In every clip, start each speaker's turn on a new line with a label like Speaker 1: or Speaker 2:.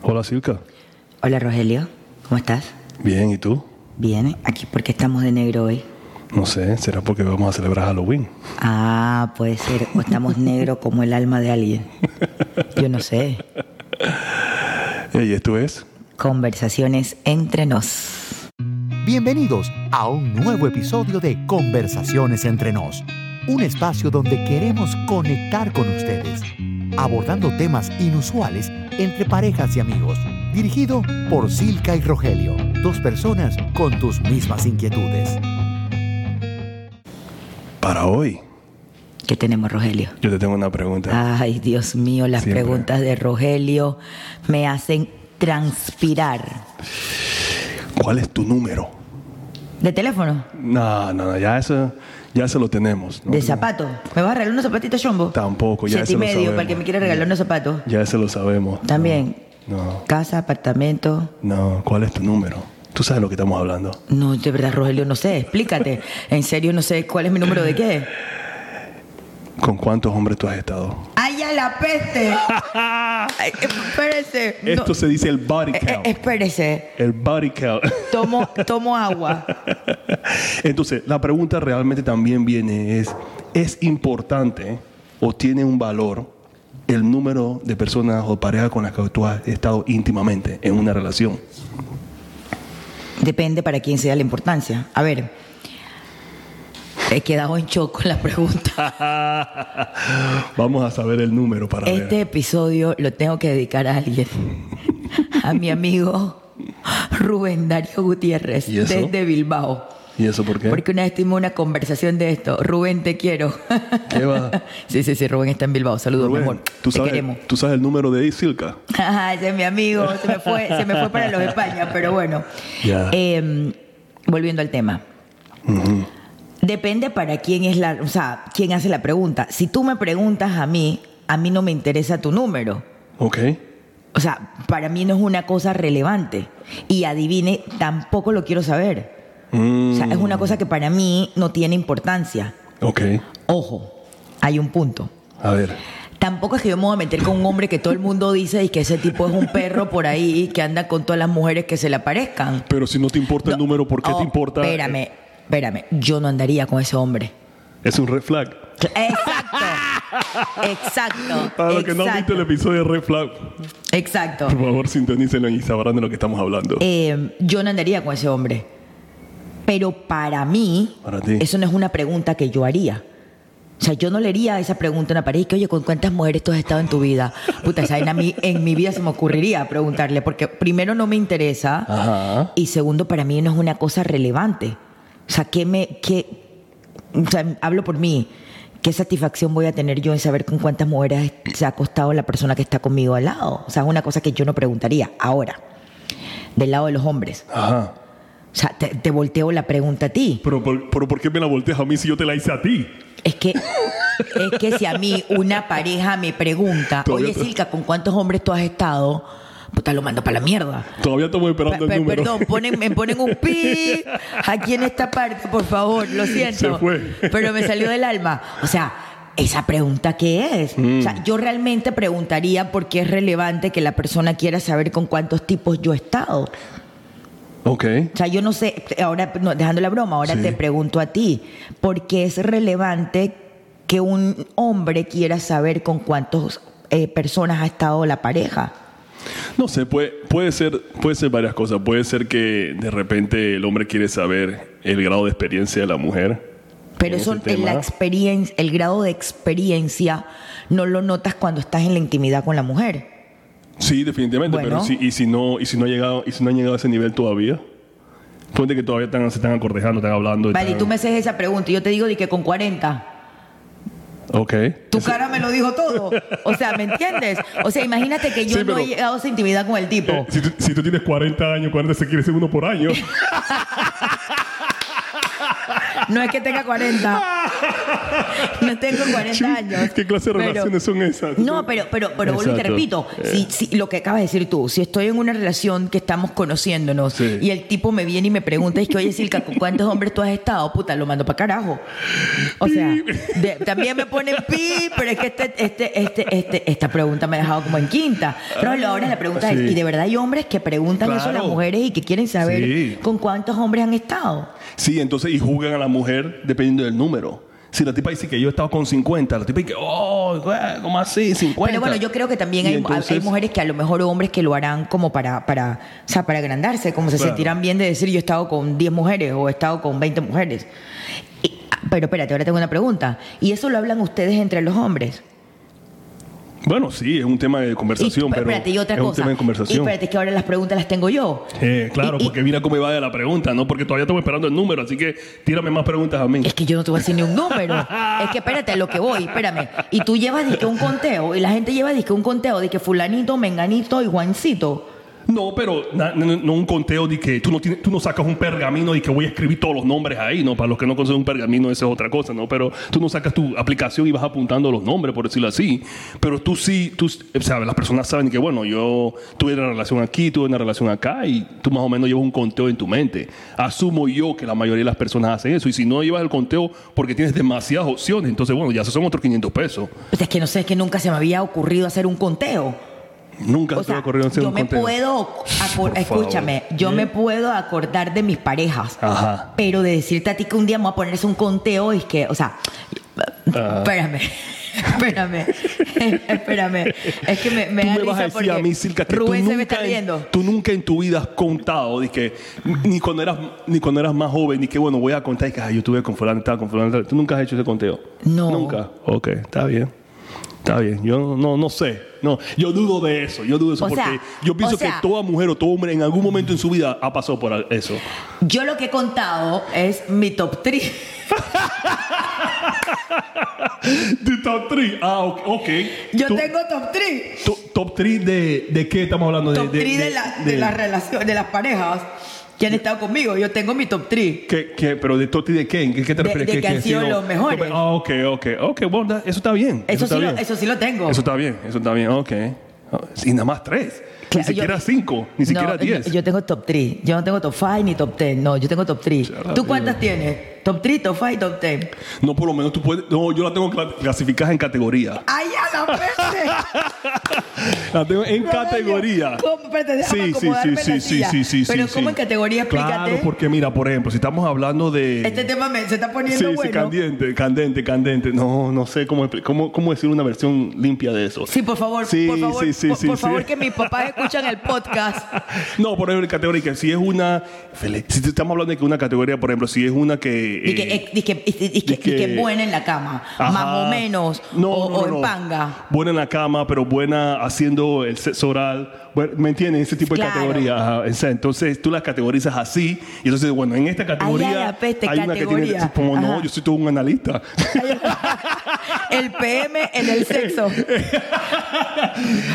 Speaker 1: Hola Silka.
Speaker 2: Hola Rogelio, ¿cómo estás?
Speaker 1: Bien, ¿y tú?
Speaker 2: Bien, aquí porque estamos de negro hoy.
Speaker 1: No sé, será porque vamos a celebrar Halloween.
Speaker 2: Ah, puede ser, o estamos negro como el alma de alguien. Yo no sé.
Speaker 1: ¿Y esto es?
Speaker 2: Conversaciones entre nos.
Speaker 3: Bienvenidos a un nuevo episodio de Conversaciones entre nos, un espacio donde queremos conectar con ustedes, abordando temas inusuales entre parejas y amigos, dirigido por Silka y Rogelio, dos personas con tus mismas inquietudes.
Speaker 1: Para hoy,
Speaker 2: ¿Qué tenemos, Rogelio?
Speaker 1: yo te tengo una pregunta.
Speaker 2: Ay, Dios mío, las
Speaker 1: Siempre.
Speaker 2: preguntas de Rogelio me hacen transpirar.
Speaker 1: ¿Cuál es tu número?
Speaker 2: ¿De teléfono?
Speaker 1: No, no, no, ya eso, ya se lo tenemos. ¿no?
Speaker 2: ¿De zapato? ¿Me vas a regalar unos zapatitos, Chombo?
Speaker 1: Tampoco, ya eso
Speaker 2: Siete y
Speaker 1: lo
Speaker 2: medio,
Speaker 1: sabemos.
Speaker 2: para el que me quiera regalar unos zapatos.
Speaker 1: Ya se lo sabemos.
Speaker 2: También.
Speaker 1: No,
Speaker 2: Casa, apartamento.
Speaker 1: no, ¿cuál es tu número? Tú sabes lo que estamos hablando.
Speaker 2: No, de verdad, Rogelio, no sé, explícate. En serio, no sé cuál es mi número de qué.
Speaker 1: ¿Con cuántos hombres tú has estado?
Speaker 2: ¡Ay, a la peste! Ay, espérese. no.
Speaker 1: Esto se dice el body
Speaker 2: Eh, eh,
Speaker 1: count.
Speaker 2: espérese.
Speaker 1: El body count.
Speaker 2: Tomo, tomo agua.
Speaker 1: Entonces, la pregunta realmente también viene es, ¿es importante o tiene un valor el número de personas o parejas con las que tú has estado íntimamente en una relación?
Speaker 2: Depende para quién sea la importancia. A ver, he quedado en shock con la pregunta.
Speaker 1: Vamos a saber el número para
Speaker 2: Este
Speaker 1: ver.
Speaker 2: episodio lo tengo que dedicar a alguien. A mi amigo Rubén Darío Gutiérrez,
Speaker 1: ¿Y eso?
Speaker 2: desde Bilbao.
Speaker 1: ¿Y eso por qué?
Speaker 2: Porque una vez tuvimos una conversación de esto. Rubén, te quiero.
Speaker 1: ¿Qué va?
Speaker 2: Sí, sí, sí, Rubén está en Bilbao. Saludos,
Speaker 1: Rubén,
Speaker 2: mi amor.
Speaker 1: ¿tú
Speaker 2: te
Speaker 1: sabes,
Speaker 2: queremos.
Speaker 1: ¿Tú sabes el número de Isilka?
Speaker 2: Ay, ese es mi amigo, se me fue, se me fue para los España, pero bueno.
Speaker 1: Ya.
Speaker 2: Eh, volviendo al tema.
Speaker 1: Ujú.
Speaker 2: Depende para quién es la, o sea, quién hace la pregunta. Si tú me preguntas a mí, a mí no me interesa tu número.
Speaker 1: Ok.
Speaker 2: O sea, para mí no es una cosa relevante. Y adivine, tampoco lo quiero saber.
Speaker 1: Mm,
Speaker 2: O sea, es una cosa que para mí no tiene importancia.
Speaker 1: ok.
Speaker 2: Ojo, hay un punto.
Speaker 1: A ver.
Speaker 2: Tampoco es que yo me voy a meter con un hombre que todo el mundo dice y que ese tipo es un perro por ahí que anda con todas las mujeres que se le aparezcan.
Speaker 1: Pero si no te importa el
Speaker 2: No.
Speaker 1: número, ¿por qué
Speaker 2: Oh,
Speaker 1: te importa?
Speaker 2: Espérame, espérame. Yo no andaría con ese hombre.
Speaker 1: Es un red flag.
Speaker 2: Exacto. Exacto.
Speaker 1: Para los Ah, que no han visto
Speaker 2: exacto,
Speaker 1: el episodio de red flag,
Speaker 2: Exacto.
Speaker 1: por favor sintonícenlo y sabrán de lo que estamos hablando.
Speaker 2: Eh, yo no andaría con ese hombre. Pero para mí,
Speaker 1: Para ti.
Speaker 2: eso no es una pregunta que yo haría. O sea, yo no le haría esa pregunta a una pareja que, oye, ¿con cuántas mujeres tú has estado en tu vida? Puta, esa vaina a mí, en mi vida se me ocurriría preguntarle, porque primero no me interesa
Speaker 1: Ajá.
Speaker 2: y segundo, para mí no es una cosa relevante. O sea, ¿qué me, qué, o sea, hablo por mí, ¿qué satisfacción voy a tener yo en saber con cuántas mujeres se ha acostado la persona que está conmigo al lado? O sea, es una cosa que yo no preguntaría. Ahora, del lado de los hombres,
Speaker 1: Ajá.
Speaker 2: o sea, te, te volteo la pregunta a ti.
Speaker 1: Pero por, pero ¿por qué me la volteas a mí si yo te la hice a ti?
Speaker 2: Es que, es que si a mí una pareja me pregunta,
Speaker 1: Todavía
Speaker 2: oye,
Speaker 1: te-
Speaker 2: Silka, ¿con cuántos hombres tú has estado? Puta, lo mando para la mierda.
Speaker 1: Todavía estamos esperando
Speaker 2: Pe-
Speaker 1: el
Speaker 2: pe-
Speaker 1: número.
Speaker 2: Perdón, ponen, me ponen un pi aquí en esta parte, por favor, lo siento.
Speaker 1: Se fue.
Speaker 2: Pero me salió del alma. O sea, ¿esa pregunta qué es? O
Speaker 1: Mm.
Speaker 2: sea, yo realmente preguntaría por qué es relevante que la persona quiera saber con cuántos tipos yo he estado.
Speaker 1: Ok.
Speaker 2: O sea, yo no sé, ahora, no, dejando la broma, ahora
Speaker 1: Sí.
Speaker 2: te pregunto a ti, ¿por qué es relevante que un hombre quiera saber con cuántas personas ha estado la pareja?
Speaker 1: No sé, puede, puede, ser, puede ser varias cosas. Puede ser que de repente el hombre quiere saber el grado de experiencia de la mujer.
Speaker 2: Pero
Speaker 1: en
Speaker 2: eso,
Speaker 1: ese
Speaker 2: en la
Speaker 1: tema.
Speaker 2: experiencia, el grado de experiencia no lo notas cuando estás en la intimidad con la mujer.
Speaker 1: Sí, definitivamente.
Speaker 2: Bueno.
Speaker 1: Pero si, y, si no, y, si no ha llegado, y si no han llegado a ese nivel todavía. Ponte que todavía están, se están acordejando, están hablando. y
Speaker 2: Vale, y tú
Speaker 1: están-
Speaker 2: me haces esa pregunta y yo te digo de que con 40.
Speaker 1: Ok.
Speaker 2: Tu cara me lo dijo todo. O sea, ¿me entiendes? O sea, imagínate que yo
Speaker 1: Sí,
Speaker 2: no he
Speaker 1: pero-
Speaker 2: llegado a esa intimidad con el tipo.
Speaker 1: Si tú, si tú tienes 40 años, 40 se quiere ser uno por año.
Speaker 2: No es que tenga 40. No tengo 40
Speaker 1: Sí,
Speaker 2: años.
Speaker 1: ¿Qué clase de
Speaker 2: Pero-
Speaker 1: relaciones son esas?
Speaker 2: No, pero, pero, pero vuelvo y te
Speaker 1: Exacto. Eh.
Speaker 2: repito, si, si- lo que acabas de decir tú, si estoy en una relación que estamos conociéndonos
Speaker 1: Sí.
Speaker 2: y el tipo me viene y me pregunta, es que, oye, Silka, ¿con cuántos hombres tú has estado? Puta, lo mando para carajo. O sea, de- también me ponen pi, pero es que este, este, este, este, esta pregunta me ha dejado como en quinta. Pero ahora la pregunta
Speaker 1: Ah, Sí.
Speaker 2: es, ¿y de verdad hay hombres que preguntan eso a las
Speaker 1: Claro.
Speaker 2: mujeres y que quieren saber
Speaker 1: Sí.
Speaker 2: con cuántos hombres han estado?
Speaker 1: Sí, entonces, y juzgan a la mujer dependiendo del número. Si la tipa dice que yo he estado con 50, la tipa dice, oh, güey, ¿cómo así? 50.
Speaker 2: Pero bueno, yo creo que también
Speaker 1: Y
Speaker 2: hay,
Speaker 1: entonces-
Speaker 2: hay mujeres que a lo mejor o hombres que lo harán como para, para, o sea, para agrandarse, como se
Speaker 1: Claro.
Speaker 2: sentirán bien de decir yo he estado con 10 mujeres o he estado con 20 mujeres. Y- ah, pero espérate, ahora tengo una pregunta. ¿Y eso lo hablan ustedes entre los hombres?
Speaker 1: Bueno, sí, es un tema de
Speaker 2: Y-
Speaker 1: conversación, pero
Speaker 2: espérate, y otra
Speaker 1: es
Speaker 2: cosa.
Speaker 1: un tema de
Speaker 2: Y
Speaker 1: conversación.
Speaker 2: espérate, que ahora las preguntas las tengo yo.
Speaker 1: Eh, claro,
Speaker 2: Y- y-
Speaker 1: porque mira cómo iba de la pregunta, ¿no? Porque todavía estamos esperando el número, así que tírame más preguntas a mí.
Speaker 2: Es que yo no te voy a decir ni un número. Es que espérate, a lo que voy, espérame. Y tú llevas dizque un conteo, y la gente lleva dizque un conteo de que fulanito, menganito y Juancito.
Speaker 1: No, pero na- no, no un conteo de que tú no, tienes, tú no sacas un pergamino y que voy a escribir todos los nombres ahí, ¿no? Para los que no conocen un pergamino, eso es otra cosa, ¿no? Pero tú no sacas tu aplicación y vas apuntando los nombres, por decirlo así. Pero tú sí, tú, eh, sabes, las personas saben que, bueno, yo tuve una relación aquí, tuve una relación acá y tú más o menos llevas un conteo en tu mente. Asumo yo que la mayoría de las personas hacen eso y si no llevas el conteo porque tienes demasiadas opciones, entonces, bueno, ya esos son otros 500 pesos.
Speaker 2: Pues es que no sé, es que nunca se me había ocurrido hacer un conteo.
Speaker 1: Nunca
Speaker 2: O
Speaker 1: te va a
Speaker 2: sea,
Speaker 1: ocurrir hacer
Speaker 2: yo
Speaker 1: un
Speaker 2: me
Speaker 1: conteo.
Speaker 2: puedo, acor-
Speaker 1: Por favor.
Speaker 2: escúchame, yo
Speaker 1: ¿Eh?
Speaker 2: me puedo acordar de mis parejas,
Speaker 1: Ajá.
Speaker 2: pero de decirte a ti que un día me voy a ponerse un conteo es que, o sea,
Speaker 1: Ah.
Speaker 2: espérame. Espérame, espérame. Es que me, me
Speaker 1: tú
Speaker 2: da
Speaker 1: me vas a
Speaker 2: risa
Speaker 1: decir a
Speaker 2: porque
Speaker 1: mí, Silka, que
Speaker 2: Rubén
Speaker 1: tú,
Speaker 2: se me está
Speaker 1: nunca en,
Speaker 2: riendo.
Speaker 1: tú nunca en tu vida has contado, de que, ni, cuando eras, ni cuando eras más joven, ni que bueno, voy a contar y que "Ay, yo estuve con fulano y tal, con fulano y tal. Tú nunca has hecho ese conteo.
Speaker 2: No.
Speaker 1: Nunca. Ok, está bien. Está bien. Yo no, no, no sé. No, yo dudo de eso. Yo dudo de eso
Speaker 2: O
Speaker 1: porque
Speaker 2: sea,
Speaker 1: yo pienso
Speaker 2: o sea-
Speaker 1: que toda mujer o todo hombre en algún momento en su vida ha pasado por eso.
Speaker 2: Yo lo que he contado es mi top 3.
Speaker 1: The top 3. Ah, ok. okay.
Speaker 2: Yo
Speaker 1: Tú-
Speaker 2: tengo top 3.
Speaker 1: to- top 3 de, de qué estamos hablando
Speaker 2: Top 3 de, la- de las relaciones, de las parejas que han estado conmigo. Yo tengo mi top 3.
Speaker 1: ¿Qué, qué, pero de Toti de qué? ¿En qué, qué te
Speaker 2: De-
Speaker 1: refieres?
Speaker 2: de
Speaker 1: ¿Qué-
Speaker 2: que
Speaker 1: qué
Speaker 2: han sido los mejores.
Speaker 1: Ah, ok, ok, ok. Bueno, da- eso está bien.
Speaker 2: Eso,
Speaker 1: está
Speaker 2: sí lo,
Speaker 1: bien.
Speaker 2: eso sí lo tengo.
Speaker 1: Eso está bien, eso está bien, ok. Ah, Y nada más tres.
Speaker 2: Claro,
Speaker 1: ni siquiera
Speaker 2: yo-
Speaker 1: cinco, ni siquiera
Speaker 2: No, eh,
Speaker 1: diez.
Speaker 2: Yo, yo tengo top 3. Yo no tengo top 5 ni top 10. No, yo tengo top 3.
Speaker 1: Chara,
Speaker 2: ¿Tú
Speaker 1: tío.
Speaker 2: cuántas tienes? Top 3, top 5, top 10.
Speaker 1: No, por lo menos tú puedes. No, yo la tengo cla- clasificada en categoría.
Speaker 2: ¡Ay, a la peste!
Speaker 1: La tengo en
Speaker 2: Rodelio,
Speaker 1: categoría.
Speaker 2: ¿cómo? Espérate, déjame acomodarme la silla. Pero ¿cómo en categoría?
Speaker 1: Claro,
Speaker 2: Explícate.
Speaker 1: porque mira, por ejemplo, si estamos hablando de.
Speaker 2: Este tema me, se está poniendo
Speaker 1: Sí, sí,
Speaker 2: bueno.
Speaker 1: candente, candente, candente. No, no sé cómo, expli- cómo, cómo decir una versión limpia de eso.
Speaker 2: Sí, por favor,
Speaker 1: Sí,
Speaker 2: por favor,
Speaker 1: sí, sí,
Speaker 2: por,
Speaker 1: sí,
Speaker 2: por
Speaker 1: sí.
Speaker 2: favor que mis papás escuchan el podcast.
Speaker 1: No, por ejemplo, categoría, si es una. Si estamos hablando de que una categoría, por ejemplo, si es una que.
Speaker 2: Y que,
Speaker 1: eh,
Speaker 2: eh, y que, y que- y que- y
Speaker 1: que-
Speaker 2: que buena en la cama, más
Speaker 1: ajá.
Speaker 2: o menos,
Speaker 1: No, no,
Speaker 2: o,
Speaker 1: no,
Speaker 2: o en
Speaker 1: no.
Speaker 2: panga.
Speaker 1: Buena en la cama, pero buena haciendo el sexo oral. Bueno, ¿Me entiendes? Ese tipo de
Speaker 2: Claro.
Speaker 1: categoría. Ajá. O sea, Entonces tú las categorizas así. Y entonces, bueno, en esta
Speaker 2: Ay, ay,
Speaker 1: categoría.
Speaker 2: la peste,
Speaker 1: hay una que tiene.
Speaker 2: categoría.
Speaker 1: Como
Speaker 2: Ajá.
Speaker 1: no, yo soy todo un analista.
Speaker 2: El PM en el sexo.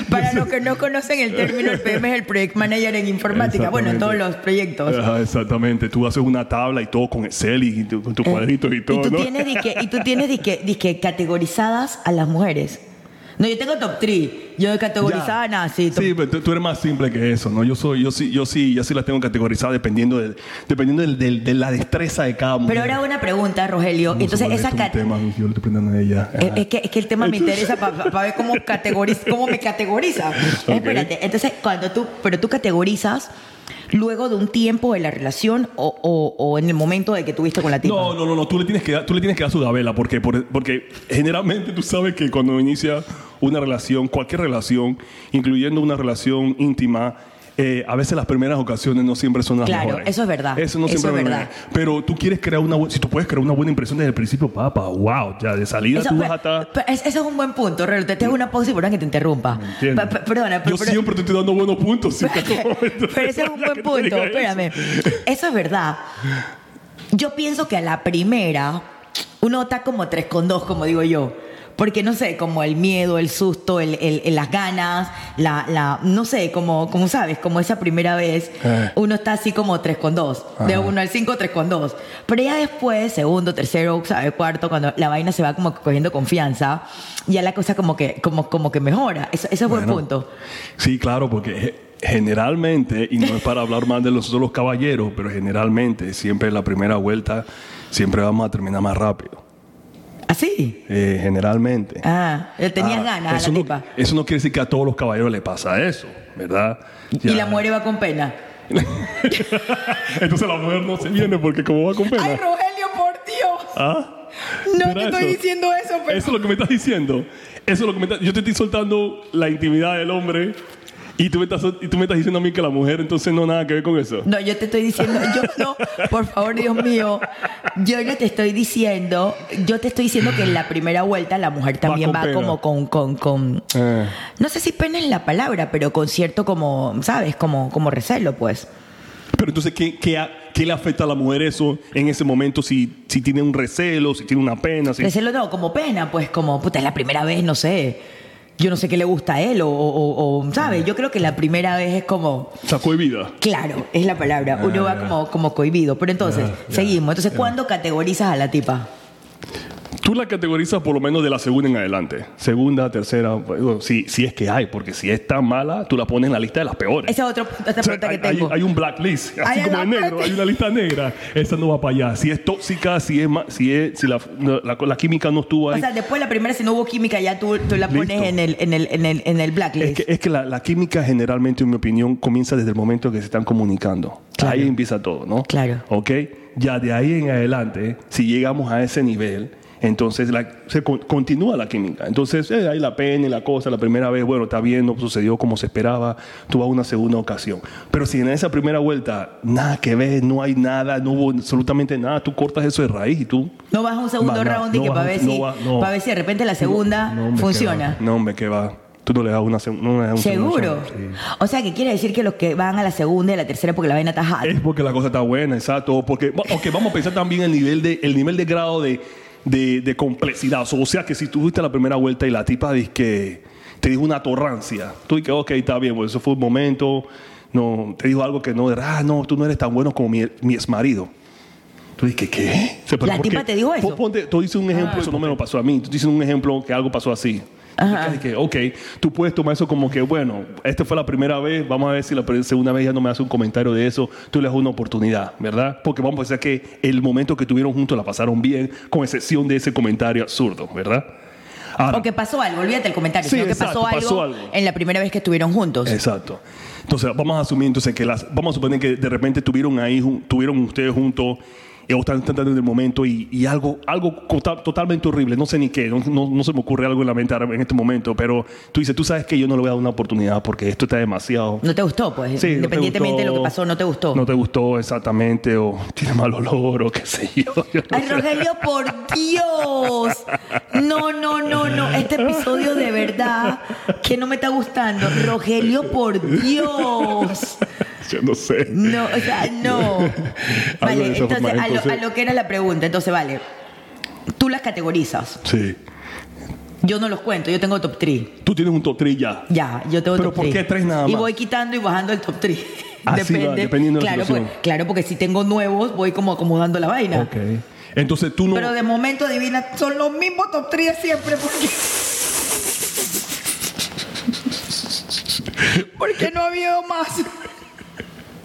Speaker 2: Para los que no conocen el término, el PM es el Project Manager en informática. Bueno, en todos los proyectos.
Speaker 1: Ajá, exactamente. Tú haces una tabla y todo con Excel y tu- con tus cuadritos y todo.
Speaker 2: Eh, tú
Speaker 1: ¿no?
Speaker 2: tienes, disque, y tú tienes disque, disque categorizadas a las mujeres. No, yo tengo top 3. Yo he categorizado
Speaker 1: Ya.
Speaker 2: a nada, sí. top-
Speaker 1: Sí, pero tú, tú eres más simple que eso, ¿no? Yo soy, yo sí, yo sí, yo sí las tengo categorizadas dependiendo del, dependiendo del, del- de la destreza de cada mujer.
Speaker 2: Pero ahora una pregunta, Rogelio.
Speaker 1: ¿Cómo se
Speaker 2: Entonces,
Speaker 1: molesta
Speaker 2: esa Eh,
Speaker 1: un
Speaker 2: cat-
Speaker 1: tema, yo le estoy prendiendo a ella.
Speaker 2: Es,
Speaker 1: Ajá.
Speaker 2: es que, es que el tema me interesa para ver cómo, categoriz- cómo me categoriza. Espérate, entonces cuando tú, pero tú categorizas luego de un tiempo de la relación o, o- o en el momento de que tuviste con la tipa.
Speaker 1: No, no, no, no. Tú le tienes que dar, tú le tienes que dar su gabela porque, por- porque generalmente tú sabes que cuando inicia una relación, cualquier relación, incluyendo una relación íntima, eh, a veces las primeras ocasiones no siempre son las
Speaker 2: Claro,
Speaker 1: mejores.
Speaker 2: eso es verdad.
Speaker 1: Eso no
Speaker 2: Eso
Speaker 1: siempre es
Speaker 2: es verdad.
Speaker 1: verdad. Pero tú quieres crear una, bu- si tú puedes crear una buena impresión desde el principio, papá, wow, ya de salida
Speaker 2: Eso,
Speaker 1: tú vas
Speaker 2: pero-
Speaker 1: a estar.
Speaker 2: pero es- eso es un buen punto, Rogelio. Te tengo una pausa y perdona que te interrumpa.
Speaker 1: ¿entiendes?
Speaker 2: Pa- pa- perdona, pero,
Speaker 1: Yo
Speaker 2: pero-
Speaker 1: siempre te estoy dando buenos puntos. sin que-
Speaker 2: pero ese es un
Speaker 1: que
Speaker 2: buen
Speaker 1: te
Speaker 2: punto.
Speaker 1: diga eso.
Speaker 2: Espérame. Eso es verdad. Yo pienso que a la primera uno está como tres con dos, como digo yo. Porque no sé, como el miedo, el susto, el, el- el- las ganas, la, la- no sé, como, como sabes, como esa primera vez,
Speaker 1: Eh.
Speaker 2: uno está así como 3 con 2, de
Speaker 1: Ajá.
Speaker 2: 1 al 5, 3 con 2. Pero ya después, segundo, tercero, ¿sabes? cuarto, cuando la vaina se va como que cogiendo confianza, ya la cosa como que, como, como que mejora. Eso, ese es buen
Speaker 1: Bueno.
Speaker 2: punto.
Speaker 1: Sí, claro, porque ge- generalmente, y no es para hablar más de los otros caballeros, pero generalmente, siempre la primera vuelta, siempre vamos a terminar más rápido.
Speaker 2: Así.
Speaker 1: Eh, generalmente.
Speaker 2: Ah, le tenías
Speaker 1: Ah,
Speaker 2: ganas a la
Speaker 1: eso no,
Speaker 2: tipa.
Speaker 1: Eso no quiere decir que a todos los caballeros le pasa eso, ¿verdad?
Speaker 2: Y
Speaker 1: Ya.
Speaker 2: la mujer va con pena.
Speaker 1: Entonces la mujer no se viene porque como va con pena.
Speaker 2: ¡Ay, Rogelio, por Dios!
Speaker 1: ¿Ah?
Speaker 2: No
Speaker 1: ¿Será
Speaker 2: te estoy
Speaker 1: eso?
Speaker 2: diciendo eso, pero.
Speaker 1: Eso es lo que me estás diciendo. Eso es lo que me estás- Yo te estoy soltando la intimidad del hombre y tú, me estás, y tú me estás diciendo a mí que la mujer entonces no nada que ver con eso.
Speaker 2: No, yo te estoy diciendo, yo no, por favor, Dios mío, yo no te estoy diciendo, yo te estoy diciendo que en la primera vuelta la mujer también
Speaker 1: con
Speaker 2: va,
Speaker 1: pena.
Speaker 2: como con, con, con,
Speaker 1: Eh.
Speaker 2: no sé si pena es la palabra, pero con cierto como, ¿sabes? Como, como recelo, pues.
Speaker 1: Pero entonces, ¿qué, qué, a- qué le afecta a la mujer eso en ese momento? Si, si tiene un recelo, si tiene una pena. Si...
Speaker 2: Recelo no, como pena, pues como, puta, es la primera vez, no sé, yo no sé qué le gusta a él o, o- o, ¿sabes? Yo creo que la primera vez es como...
Speaker 1: Sacó de vida.
Speaker 2: Claro, es la palabra. Uno va
Speaker 1: Ah, ya. Ah,
Speaker 2: como, como cohibido. Pero entonces,
Speaker 1: Ya, ya,
Speaker 2: seguimos. Entonces, ¿cuándo categorizas a la tipa?
Speaker 1: Tú la categorizas por lo menos de la segunda en adelante. Segunda, tercera, bueno, si, si es que hay, porque si es tan mala, tú la pones en la lista de las peores.
Speaker 2: Esa es otra otra
Speaker 1: O sea,
Speaker 2: pregunta
Speaker 1: hay,
Speaker 2: que tengo.
Speaker 1: hay- hay un blacklist, así
Speaker 2: Ay,
Speaker 1: como
Speaker 2: no,
Speaker 1: de negro,
Speaker 2: espérate.
Speaker 1: hay una lista negra. Esa no va para allá. Si es tóxica, si es ma- si es, si la, la- la química no estuvo ahí.
Speaker 2: O sea, después de la primera, si no hubo química, ya tú, tú la pones
Speaker 1: Listo.
Speaker 2: en el, en, el, en, el, en el blacklist.
Speaker 1: es que, es que la, la química generalmente, en mi opinión, comienza desde el momento que se están comunicando.
Speaker 2: Claro.
Speaker 1: Ahí empieza todo, ¿no?
Speaker 2: Claro.
Speaker 1: ¿Ok? Ya de ahí en adelante, si llegamos a ese nivel, entonces la- se con- continúa la química. Entonces, eh, ahí la pena y la cosa, la primera vez, bueno, está bien, no sucedió como se esperaba, tú vas a una segunda ocasión. Pero si en esa primera vuelta, nada que ver, no hay nada, no hubo absolutamente nada, tú cortas eso de raíz y tú...
Speaker 2: no vas a un segundo
Speaker 1: Va, no,
Speaker 2: round y
Speaker 1: no
Speaker 2: que
Speaker 1: vas-
Speaker 2: para ver,
Speaker 1: no
Speaker 2: si,
Speaker 1: va- no.
Speaker 2: para ver si de repente la segunda
Speaker 1: No, hombre,
Speaker 2: funciona.
Speaker 1: que va. No, hombre, que va. Tú no le das una, seg- no le das un segundo
Speaker 2: Seguro.
Speaker 1: chance, sí.
Speaker 2: O sea, que quiere decir que los que van a la segunda y a la tercera porque la vaina está hot.
Speaker 1: Es porque la cosa está buena, exacto. O Porque, ok, vamos a pensar también el nivel de, el nivel de grado de, de, de complejidad. O sea, que si tuviste la primera vuelta y la tipa dice que te dijo una torrancia, tú dices, ok, está bien, pues eso fue un momento, no, te dijo algo que no, era, ah, no, tú no eres tan bueno como mi, mi ex marido. Tú dices, ¿qué? O sea, pero
Speaker 2: ¿La
Speaker 1: ¿por qué?
Speaker 2: tipa te dijo eso? Ah.
Speaker 1: Pon- Ponte, tú dices un ejemplo, eso no me lo pasó a mí, tú dices un ejemplo que algo pasó así.
Speaker 2: Ajá.
Speaker 1: Dices Que, ok, tú puedes tomar eso como que, bueno, esta fue la primera vez, vamos a ver si la pre- segunda vez ya no me hace un comentario de eso, tú le das una oportunidad, ¿verdad? Porque vamos a pensar que el momento que tuvieron juntos la pasaron bien, con excepción de ese comentario absurdo, ¿verdad? Ahora,
Speaker 2: O que pasó algo, olvídate el comentario,
Speaker 1: Sí,
Speaker 2: sino que
Speaker 1: exacto,
Speaker 2: pasó,
Speaker 1: pasó
Speaker 2: algo
Speaker 1: algo.
Speaker 2: en la primera vez que estuvieron juntos.
Speaker 1: Exacto. Entonces, vamos a asumir entonces que las, vamos a suponer que de repente tuvieron ahí, jun- tuvieron ustedes juntos, y o están tratando en el momento y, y algo, algo cota- totalmente horrible, no sé ni qué, no, no- no se me ocurre algo en la mente ahora- en este momento, pero tú dices, tú sabes que yo no le voy a dar una oportunidad porque esto está demasiado.
Speaker 2: No te gustó, pues.
Speaker 1: Sí, no te
Speaker 2: Independientemente de lo
Speaker 1: gustó,
Speaker 2: que pasó, no te gustó.
Speaker 1: No te gustó exactamente, o tiene mal olor, o qué sé yo. yo no
Speaker 2: Ay,
Speaker 1: sé.
Speaker 2: Rogelio, por Dios. No, no, no, no. Este episodio de verdad que no me está gustando. Rogelio, por Dios.
Speaker 1: Yo no sé.
Speaker 2: No, o sea, no.
Speaker 1: Algo
Speaker 2: Vale,
Speaker 1: de esa
Speaker 2: entonces,
Speaker 1: forma,
Speaker 2: a, lo,
Speaker 1: entonces-
Speaker 2: a lo que era la pregunta, entonces, vale. Tú las categorizas.
Speaker 1: Sí.
Speaker 2: Yo no los cuento, yo tengo top 3.
Speaker 1: Tú tienes un totrilla.
Speaker 2: Ya, yo tengo
Speaker 1: Pero
Speaker 2: top
Speaker 1: ¿por
Speaker 2: three.
Speaker 1: qué tres nada
Speaker 2: Y
Speaker 1: más?
Speaker 2: voy quitando y bajando el top 3.
Speaker 1: Así va, dependiendo de la
Speaker 2: claro,
Speaker 1: situación.
Speaker 2: pues, claro, porque si tengo nuevos, voy como acomodando la vaina.
Speaker 1: Ok. Entonces tú no.
Speaker 2: Pero de momento, adivina, son los mismos top 3 de siempre. Porque... porque no ha habido más.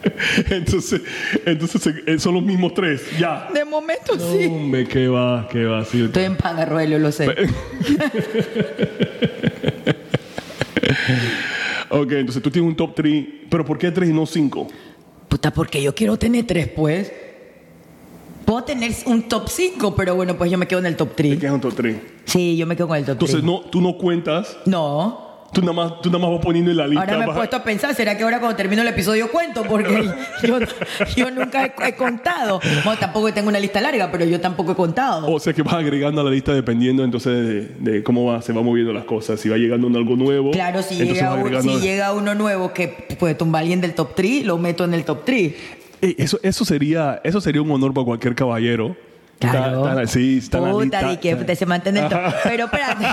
Speaker 1: Entonces, entonces eh, son los mismos tres, ya.
Speaker 2: De momento, sí.
Speaker 1: Hombre, qué va, qué va. sí.
Speaker 2: Estoy en paga, Roelio, lo sé.
Speaker 1: Ok, entonces tú tienes un top 3, pero ¿por qué 3 y no 5?
Speaker 2: Puta, porque yo quiero tener tres, pues. Puedo tener un top 5, pero bueno, pues yo me quedo en el top
Speaker 1: ¿Qué
Speaker 2: 3.
Speaker 1: es un top 3?
Speaker 2: Sí, yo me quedo con el top 3.
Speaker 1: Entonces no, tú no cuentas,
Speaker 2: no.
Speaker 1: tú nada, más, tú nada más vas poniendo en la lista.
Speaker 2: Ahora me he
Speaker 1: vas-
Speaker 2: puesto a pensar, ¿será que ahora cuando termino el episodio cuento? Porque yo, yo nunca he, he contado. Bueno, tampoco tengo una lista larga, pero yo tampoco he contado.
Speaker 1: O sea que vas agregando a la lista dependiendo entonces de, de cómo va, se va moviendo las cosas, si va llegando un algo nuevo.
Speaker 2: Claro, si
Speaker 1: entonces
Speaker 2: llega,
Speaker 1: vas
Speaker 2: un-
Speaker 1: agregando-
Speaker 2: si llega uno nuevo que puede tumbar a alguien del top 3, lo meto en el top 3.
Speaker 1: Ey, eso, eso, sería, eso sería un honor para cualquier caballero.
Speaker 2: Claro.
Speaker 1: Está- está- sí, está la
Speaker 2: Puta,
Speaker 1: lista.
Speaker 2: de que
Speaker 1: Está-
Speaker 2: se mantiene el to- Pero espérate,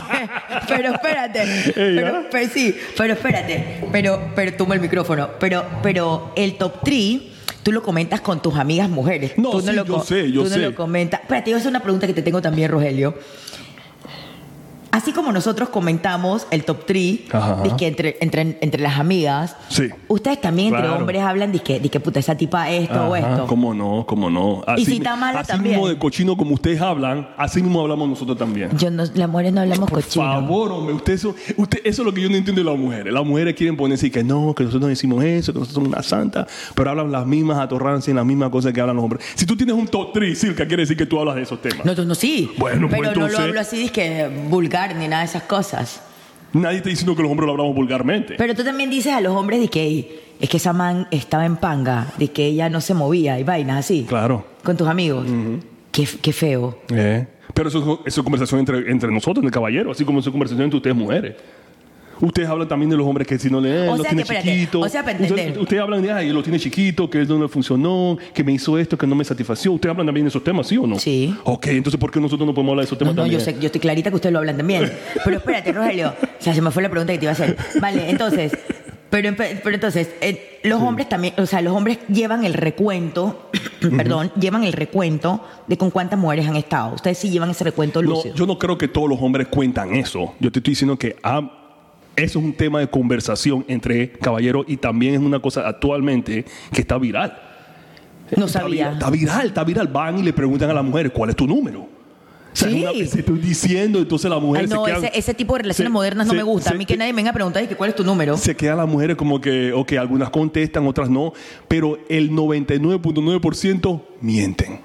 Speaker 2: pero espérate.
Speaker 1: Ella.
Speaker 2: Pero, pero sí, pero espérate. Pero, pero toma el micrófono. Pero, pero el top 3, tú lo comentas con tus amigas mujeres.
Speaker 1: No,
Speaker 2: tú
Speaker 1: sí, yo
Speaker 2: co-
Speaker 1: sé, yo
Speaker 2: tú no
Speaker 1: sé.
Speaker 2: lo comentas. Espérate, yo voy a hacer una pregunta que te tengo también, Rogelio. Así como nosotros comentamos el top 3,
Speaker 1: Ajá.
Speaker 2: que entre, entre, entre las amigas,
Speaker 1: Sí.
Speaker 2: ustedes también entre
Speaker 1: Claro.
Speaker 2: hombres hablan de que puta, esa tipa esto o
Speaker 1: Ajá,
Speaker 2: esto.
Speaker 1: ¿Cómo no? ¿Cómo no?
Speaker 2: si está mala
Speaker 1: así
Speaker 2: también.
Speaker 1: mismo de cochino como ustedes hablan, así mismo hablamos nosotros también.
Speaker 2: Yo no, las mujeres no hablamos
Speaker 1: Por
Speaker 2: cochino.
Speaker 1: favor, hombre, usted eso, usted, eso es lo que yo no entiendo de las mujeres. Las mujeres quieren ponerse y que no, que nosotros no decimos eso, que nosotros somos una santa, pero hablan las mismas atorrancias y las mismas cosas que hablan los hombres. Si tú tienes un top 3, Silka, quiere decir que tú hablas de esos temas.
Speaker 2: No, tú no, sí.
Speaker 1: Bueno, pues,
Speaker 2: pero no
Speaker 1: entonces-
Speaker 2: lo hablo así, es que vulgar ni nada de esas cosas.
Speaker 1: Nadie está diciendo que los hombres lo hablamos vulgarmente.
Speaker 2: Pero tú también dices a los hombres de que "Ey, es que esa man estaba en panga, de que ella no se movía y vainas así.
Speaker 1: Claro.
Speaker 2: Con tus amigos. qué, qué feo.
Speaker 1: Eh, Pero eso, es- eso es conversación entre, entre nosotros, entre caballeros, así como eso es conversación entre ustedes mujeres. Ustedes hablan también de los hombres que si no le
Speaker 2: O
Speaker 1: eh, lo
Speaker 2: sea
Speaker 1: tiene
Speaker 2: que, espérate,
Speaker 1: chiquito.
Speaker 2: o sea, para
Speaker 1: Ustedes-
Speaker 2: entender.
Speaker 1: Ustedes, hablan de, ay, lo tiene chiquito, que él no le funcionó, que me hizo esto, que no me satisfació. Ustedes hablan también de esos temas, ¿sí o no?
Speaker 2: Sí.
Speaker 1: Ok, entonces, ¿por qué nosotros no podemos hablar de esos
Speaker 2: No,
Speaker 1: temas
Speaker 2: no,
Speaker 1: también?
Speaker 2: yo, sé- yo estoy clarita que ustedes lo hablan también. Pero espérate, Rogelio. O sea, se me fue la pregunta que te iba a hacer. Vale, entonces. Pero, empe- pero entonces, eh, los hombres también, o sea, los hombres llevan el recuento, perdón, llevan el recuento de con cuántas mujeres han estado. Ustedes sí llevan ese recuento
Speaker 1: No,
Speaker 2: lúcido.
Speaker 1: yo no creo que todos los hombres cuentan eso. Yo te estoy diciendo que ah, eso es un tema de conversación entre caballeros y también es una cosa actualmente que está viral.
Speaker 2: No
Speaker 1: Está
Speaker 2: sabía.
Speaker 1: viral, Está viral, está viral. Van y le preguntan a las mujeres, ¿cuál es tu número? O sea, es
Speaker 2: Sí.
Speaker 1: una- se estoy diciendo, entonces las
Speaker 2: Ay,
Speaker 1: mujeres
Speaker 2: no,
Speaker 1: se quedan...
Speaker 2: ese, ese tipo de relaciones
Speaker 1: se-
Speaker 2: modernas no
Speaker 1: se-
Speaker 2: me gusta.
Speaker 1: se-
Speaker 2: a mí que nadie me venga a preguntar "Ay, que cuál es tu número.
Speaker 1: Se quedan las mujeres como que, ok, algunas contestan, otras no, pero el 99.9% mienten.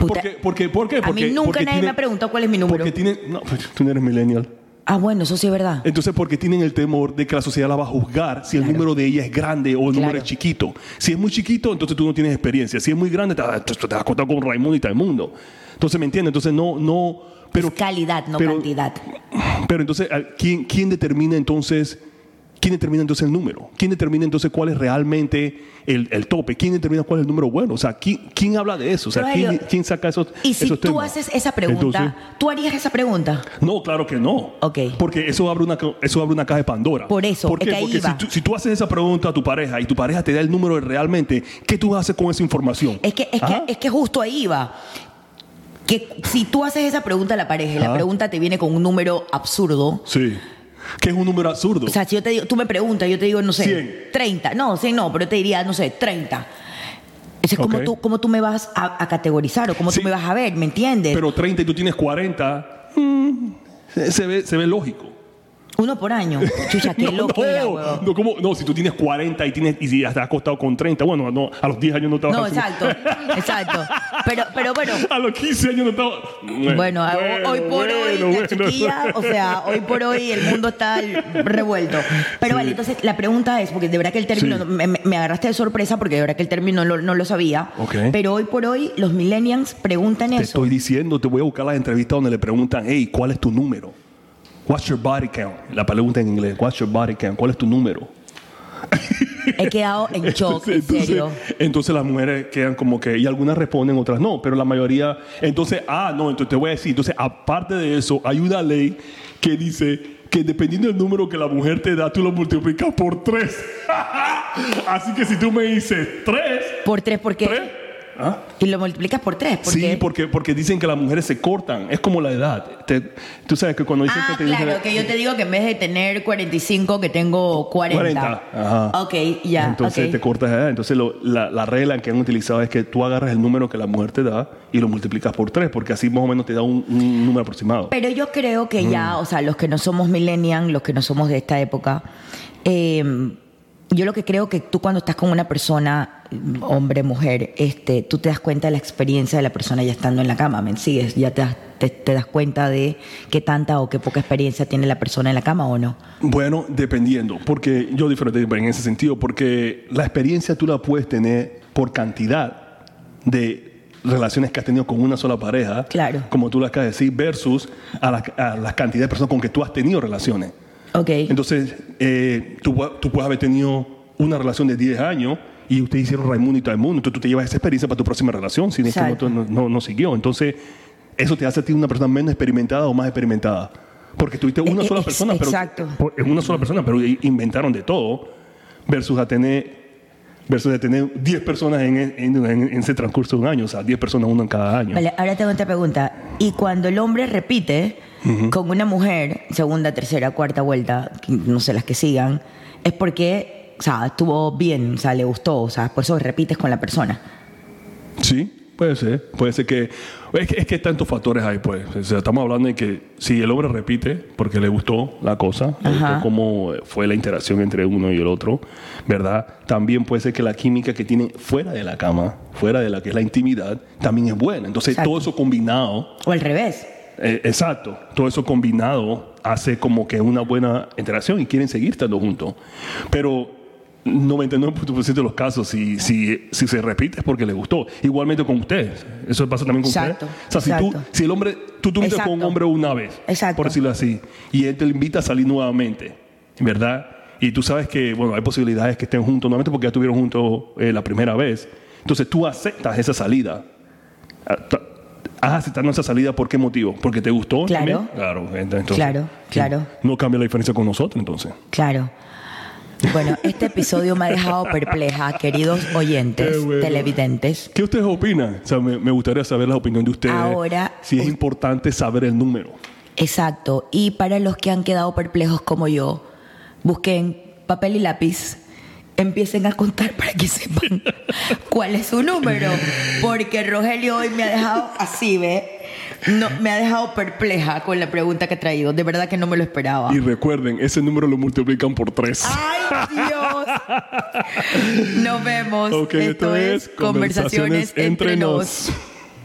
Speaker 2: Puta,
Speaker 1: Porque, porque, ¿Por qué?
Speaker 2: a
Speaker 1: Porque,
Speaker 2: mí nunca
Speaker 1: porque
Speaker 2: nadie me ha preguntado cuál es mi número.
Speaker 1: Porque tienen... No, pues, tú no eres millennial.
Speaker 2: Ah, bueno, eso sí es verdad.
Speaker 1: Entonces, porque tienen el temor de que la sociedad la va a juzgar si el número de ella es grande o el número
Speaker 2: Claro.
Speaker 1: es chiquito. Si es muy chiquito, entonces tú no tienes experiencia. Si es muy grande, te, te- te vas a contar con Raimundo y Taimundo. Entonces, ¿me entiendes? Entonces, no, no. Pero,
Speaker 2: es calidad, no
Speaker 1: pero-
Speaker 2: cantidad.
Speaker 1: Pero entonces, ah, ¿quién, quién determina entonces? ¿Quién determina entonces el número? ¿Quién determina entonces cuál es realmente el, el tope? ¿Quién determina cuál es el número bueno? O sea, ¿quién, quién habla de eso? O sea,
Speaker 2: Rogelio,
Speaker 1: ¿quién, quién saca esos
Speaker 2: Y si
Speaker 1: esos
Speaker 2: tú
Speaker 1: temas?
Speaker 2: haces esa pregunta,
Speaker 1: Entonces-
Speaker 2: ¿tú harías esa pregunta?
Speaker 1: no, claro que no.
Speaker 2: Ok.
Speaker 1: Porque eso abre una, ca- eso abre una caja de Pandora.
Speaker 2: Por eso,
Speaker 1: ¿Por
Speaker 2: es
Speaker 1: qué?
Speaker 2: que ahí
Speaker 1: Porque
Speaker 2: iba.
Speaker 1: Si, tú, si tú haces esa pregunta a tu pareja y tu pareja te da el número de realmente, ¿qué tú haces con esa información? Ah,
Speaker 2: Es que, es
Speaker 1: Ajá.
Speaker 2: que, es que justo ahí va. Que si tú haces esa pregunta a la pareja y la
Speaker 1: Ajá.
Speaker 2: pregunta te viene con un número absurdo.
Speaker 1: Sí. Que es un número absurdo.
Speaker 2: O sea, si yo te digo, tú me preguntas, yo te digo, no sé,
Speaker 1: 100.
Speaker 2: 30. No, 100 no, pero te diría, no sé, 30. Entonces, ¿cómo,
Speaker 1: Ok.
Speaker 2: tú, ¿cómo tú me vas a, a categorizar o cómo
Speaker 1: Sí.
Speaker 2: tú me vas a ver? ¿Me entiendes?
Speaker 1: Pero 30 y tú tienes 40, mm, se, se ve, se ve lógico.
Speaker 2: Uno por año. Chucha, Ah, qué
Speaker 1: no,
Speaker 2: loco era,
Speaker 1: no,
Speaker 2: huevón.
Speaker 1: no, ¿cómo? No, si tú tienes 40 y, tienes, y si hasta has acostado con 30, bueno, no, a los 10 años no te vas
Speaker 2: No,
Speaker 1: a subir.
Speaker 2: exacto, exacto. Pero, pero bueno,
Speaker 1: A los 15 años no estaba.
Speaker 2: bueno, hoy por hoy, la chiquilla, o sea, hoy por hoy el mundo está revuelto. Pero vale, entonces la pregunta es, porque de verdad que el término,
Speaker 1: Sí.
Speaker 2: me, me- me agarraste de sorpresa porque de verdad que el término no, lo- no lo sabía.
Speaker 1: Ok.
Speaker 2: Pero hoy por hoy los millennials preguntan
Speaker 1: Te
Speaker 2: eso.
Speaker 1: estoy diciendo, te voy a buscar las entrevistas donde le preguntan, hey, ¿cuál es tu número? What's your body count? La pregunta en inglés, what's your body count? ¿Cuál es tu número?
Speaker 2: He quedado en shock, en serio.
Speaker 1: entonces las mujeres quedan como que, y algunas responden, otras no, pero la mayoría, entonces, ah, no, entonces te voy a decir, entonces aparte de eso, hay una ley que dice que dependiendo del número que la mujer te da, tú lo multiplicas por tres. Así que si tú me dices tres,
Speaker 2: Por tres, porque
Speaker 1: tres, ¿ah?
Speaker 2: Y lo multiplicas por tres, porque...
Speaker 1: sí, porque, porque dicen que las mujeres se cortan. Es como la edad. Te- tú sabes que cuando dicen
Speaker 2: Ah,
Speaker 1: Pues que te
Speaker 2: claro,
Speaker 1: dicen-
Speaker 2: que yo te digo que en vez de tener 45, que tengo 40.
Speaker 1: 40, ajá.
Speaker 2: Ok, ya.
Speaker 1: Entonces
Speaker 2: ok.
Speaker 1: te cortas la edad. Entonces lo- la, la regla que han utilizado es que tú agarras el número que la mujer te da y lo multiplicas por tres, porque así más o menos te da un, un número aproximado.
Speaker 2: Pero yo creo que
Speaker 1: Mm.
Speaker 2: ya, o sea, los que no somos millennials, los que no somos de esta época, eh, yo lo que creo que tú cuando estás con una persona, mm, hombre, mujer, este, tú te das cuenta de la experiencia de la persona ya estando en la cama, ¿me sigues? Ya te, das- te- te das cuenta de qué tanta o qué poca experiencia tiene la persona en la cama o no.
Speaker 1: Bueno, dependiendo, porque yo diferente en ese sentido, porque la experiencia tú la puedes tener por cantidad de relaciones que has tenido con una sola pareja,
Speaker 2: Claro.
Speaker 1: como tú las acabas de decir, versus a la, a la cantidad de personas con que tú has tenido relaciones.
Speaker 2: Ok.
Speaker 1: Entonces, eh, tú, pu- tú puedes haber tenido una relación de 10 años Y ustedes hicieron Raimundo y Taimundo. Entonces tú te llevas esa experiencia para tu próxima relación. Si es que no-
Speaker 2: Exacto.
Speaker 1: no, no- no siguió. Entonces, eso te hace a ti una persona menos experimentada o más experimentada. Porque tuviste una
Speaker 2: Eh,
Speaker 1: sola
Speaker 2: eh,
Speaker 1: persona,
Speaker 2: ex-
Speaker 1: pero.
Speaker 2: exacto.
Speaker 1: por- en una sola persona, pero inventaron de todo. Versus a tener. Versus a tener 10 personas en, en- en- en ese transcurso de un año. O sea, 10 personas, uno en cada año.
Speaker 2: Vale, ahora tengo otra pregunta. Y cuando el hombre repite con una mujer, segunda, tercera, cuarta vuelta, que no sé las que sigan, es porque, o sea, estuvo bien, o sea, le gustó, o sea, por eso repites con la persona.
Speaker 1: Sí, puede ser. Puede ser que. Es que, es que tantos factores hay, pues. O sea, estamos hablando de que si el hombre repite porque le gustó la cosa, le
Speaker 2: Ajá.
Speaker 1: gustó cómo fue la interacción entre uno y el otro, ¿verdad? También puede ser que la química que tienen fuera de la cama, fuera de la que es la intimidad, también es buena. Entonces,
Speaker 2: Exacto.
Speaker 1: todo eso combinado.
Speaker 2: O al revés.
Speaker 1: Eh, exacto. Todo eso combinado hace como que una buena interacción y quieren seguir estando juntos. Pero 99% de los casos, si, si, si se repite, es porque le gustó. Igualmente con ustedes. Eso pasa también con
Speaker 2: Exacto,
Speaker 1: ustedes. O sea, si, tú,
Speaker 2: exacto.
Speaker 1: si el hombre, tú tuviste con un
Speaker 2: Exacto.
Speaker 1: hombre una vez,
Speaker 2: Exacto.
Speaker 1: por decirlo así, y él te invita a salir nuevamente, ¿verdad? Y tú sabes que, bueno, hay posibilidades que estén juntos nuevamente porque ya estuvieron juntos eh, la primera vez. Entonces tú aceptas esa salida. Hasta- ¿Has aceptado esa salida por qué motivo? ¿Porque te gustó?
Speaker 2: Claro.
Speaker 1: también? Claro, ent- entonces,
Speaker 2: Claro,
Speaker 1: sí,
Speaker 2: claro.
Speaker 1: No cambia la diferencia con nosotros, entonces.
Speaker 2: Claro. Bueno, este episodio me ha dejado perpleja, queridos oyentes,
Speaker 1: Qué bueno.
Speaker 2: televidentes.
Speaker 1: ¿Qué ustedes opinan? O sea, me, me gustaría saber la opinión de ustedes.
Speaker 2: Ahora,
Speaker 1: Si es
Speaker 2: us-
Speaker 1: importante saber el número.
Speaker 2: Exacto. Y para los que han quedado perplejos como yo, busquen papel y lápiz. Empiecen a contar para que sepan cuál es su número. Porque Rogelio hoy me ha dejado así, ¿ve? No, me ha dejado perpleja con la pregunta que ha traído. De verdad que no me lo esperaba.
Speaker 1: Y recuerden, ese número lo multiplican por tres.
Speaker 2: Ah, ¡Ay, Dios! Nos vemos.
Speaker 1: Ok, esto es Conversaciones Entre Nos.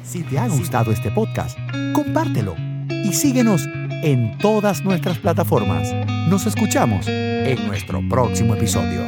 Speaker 3: Si te ha gustado este podcast, compártelo y síguenos en todas nuestras plataformas. Nos escuchamos en nuestro próximo episodio.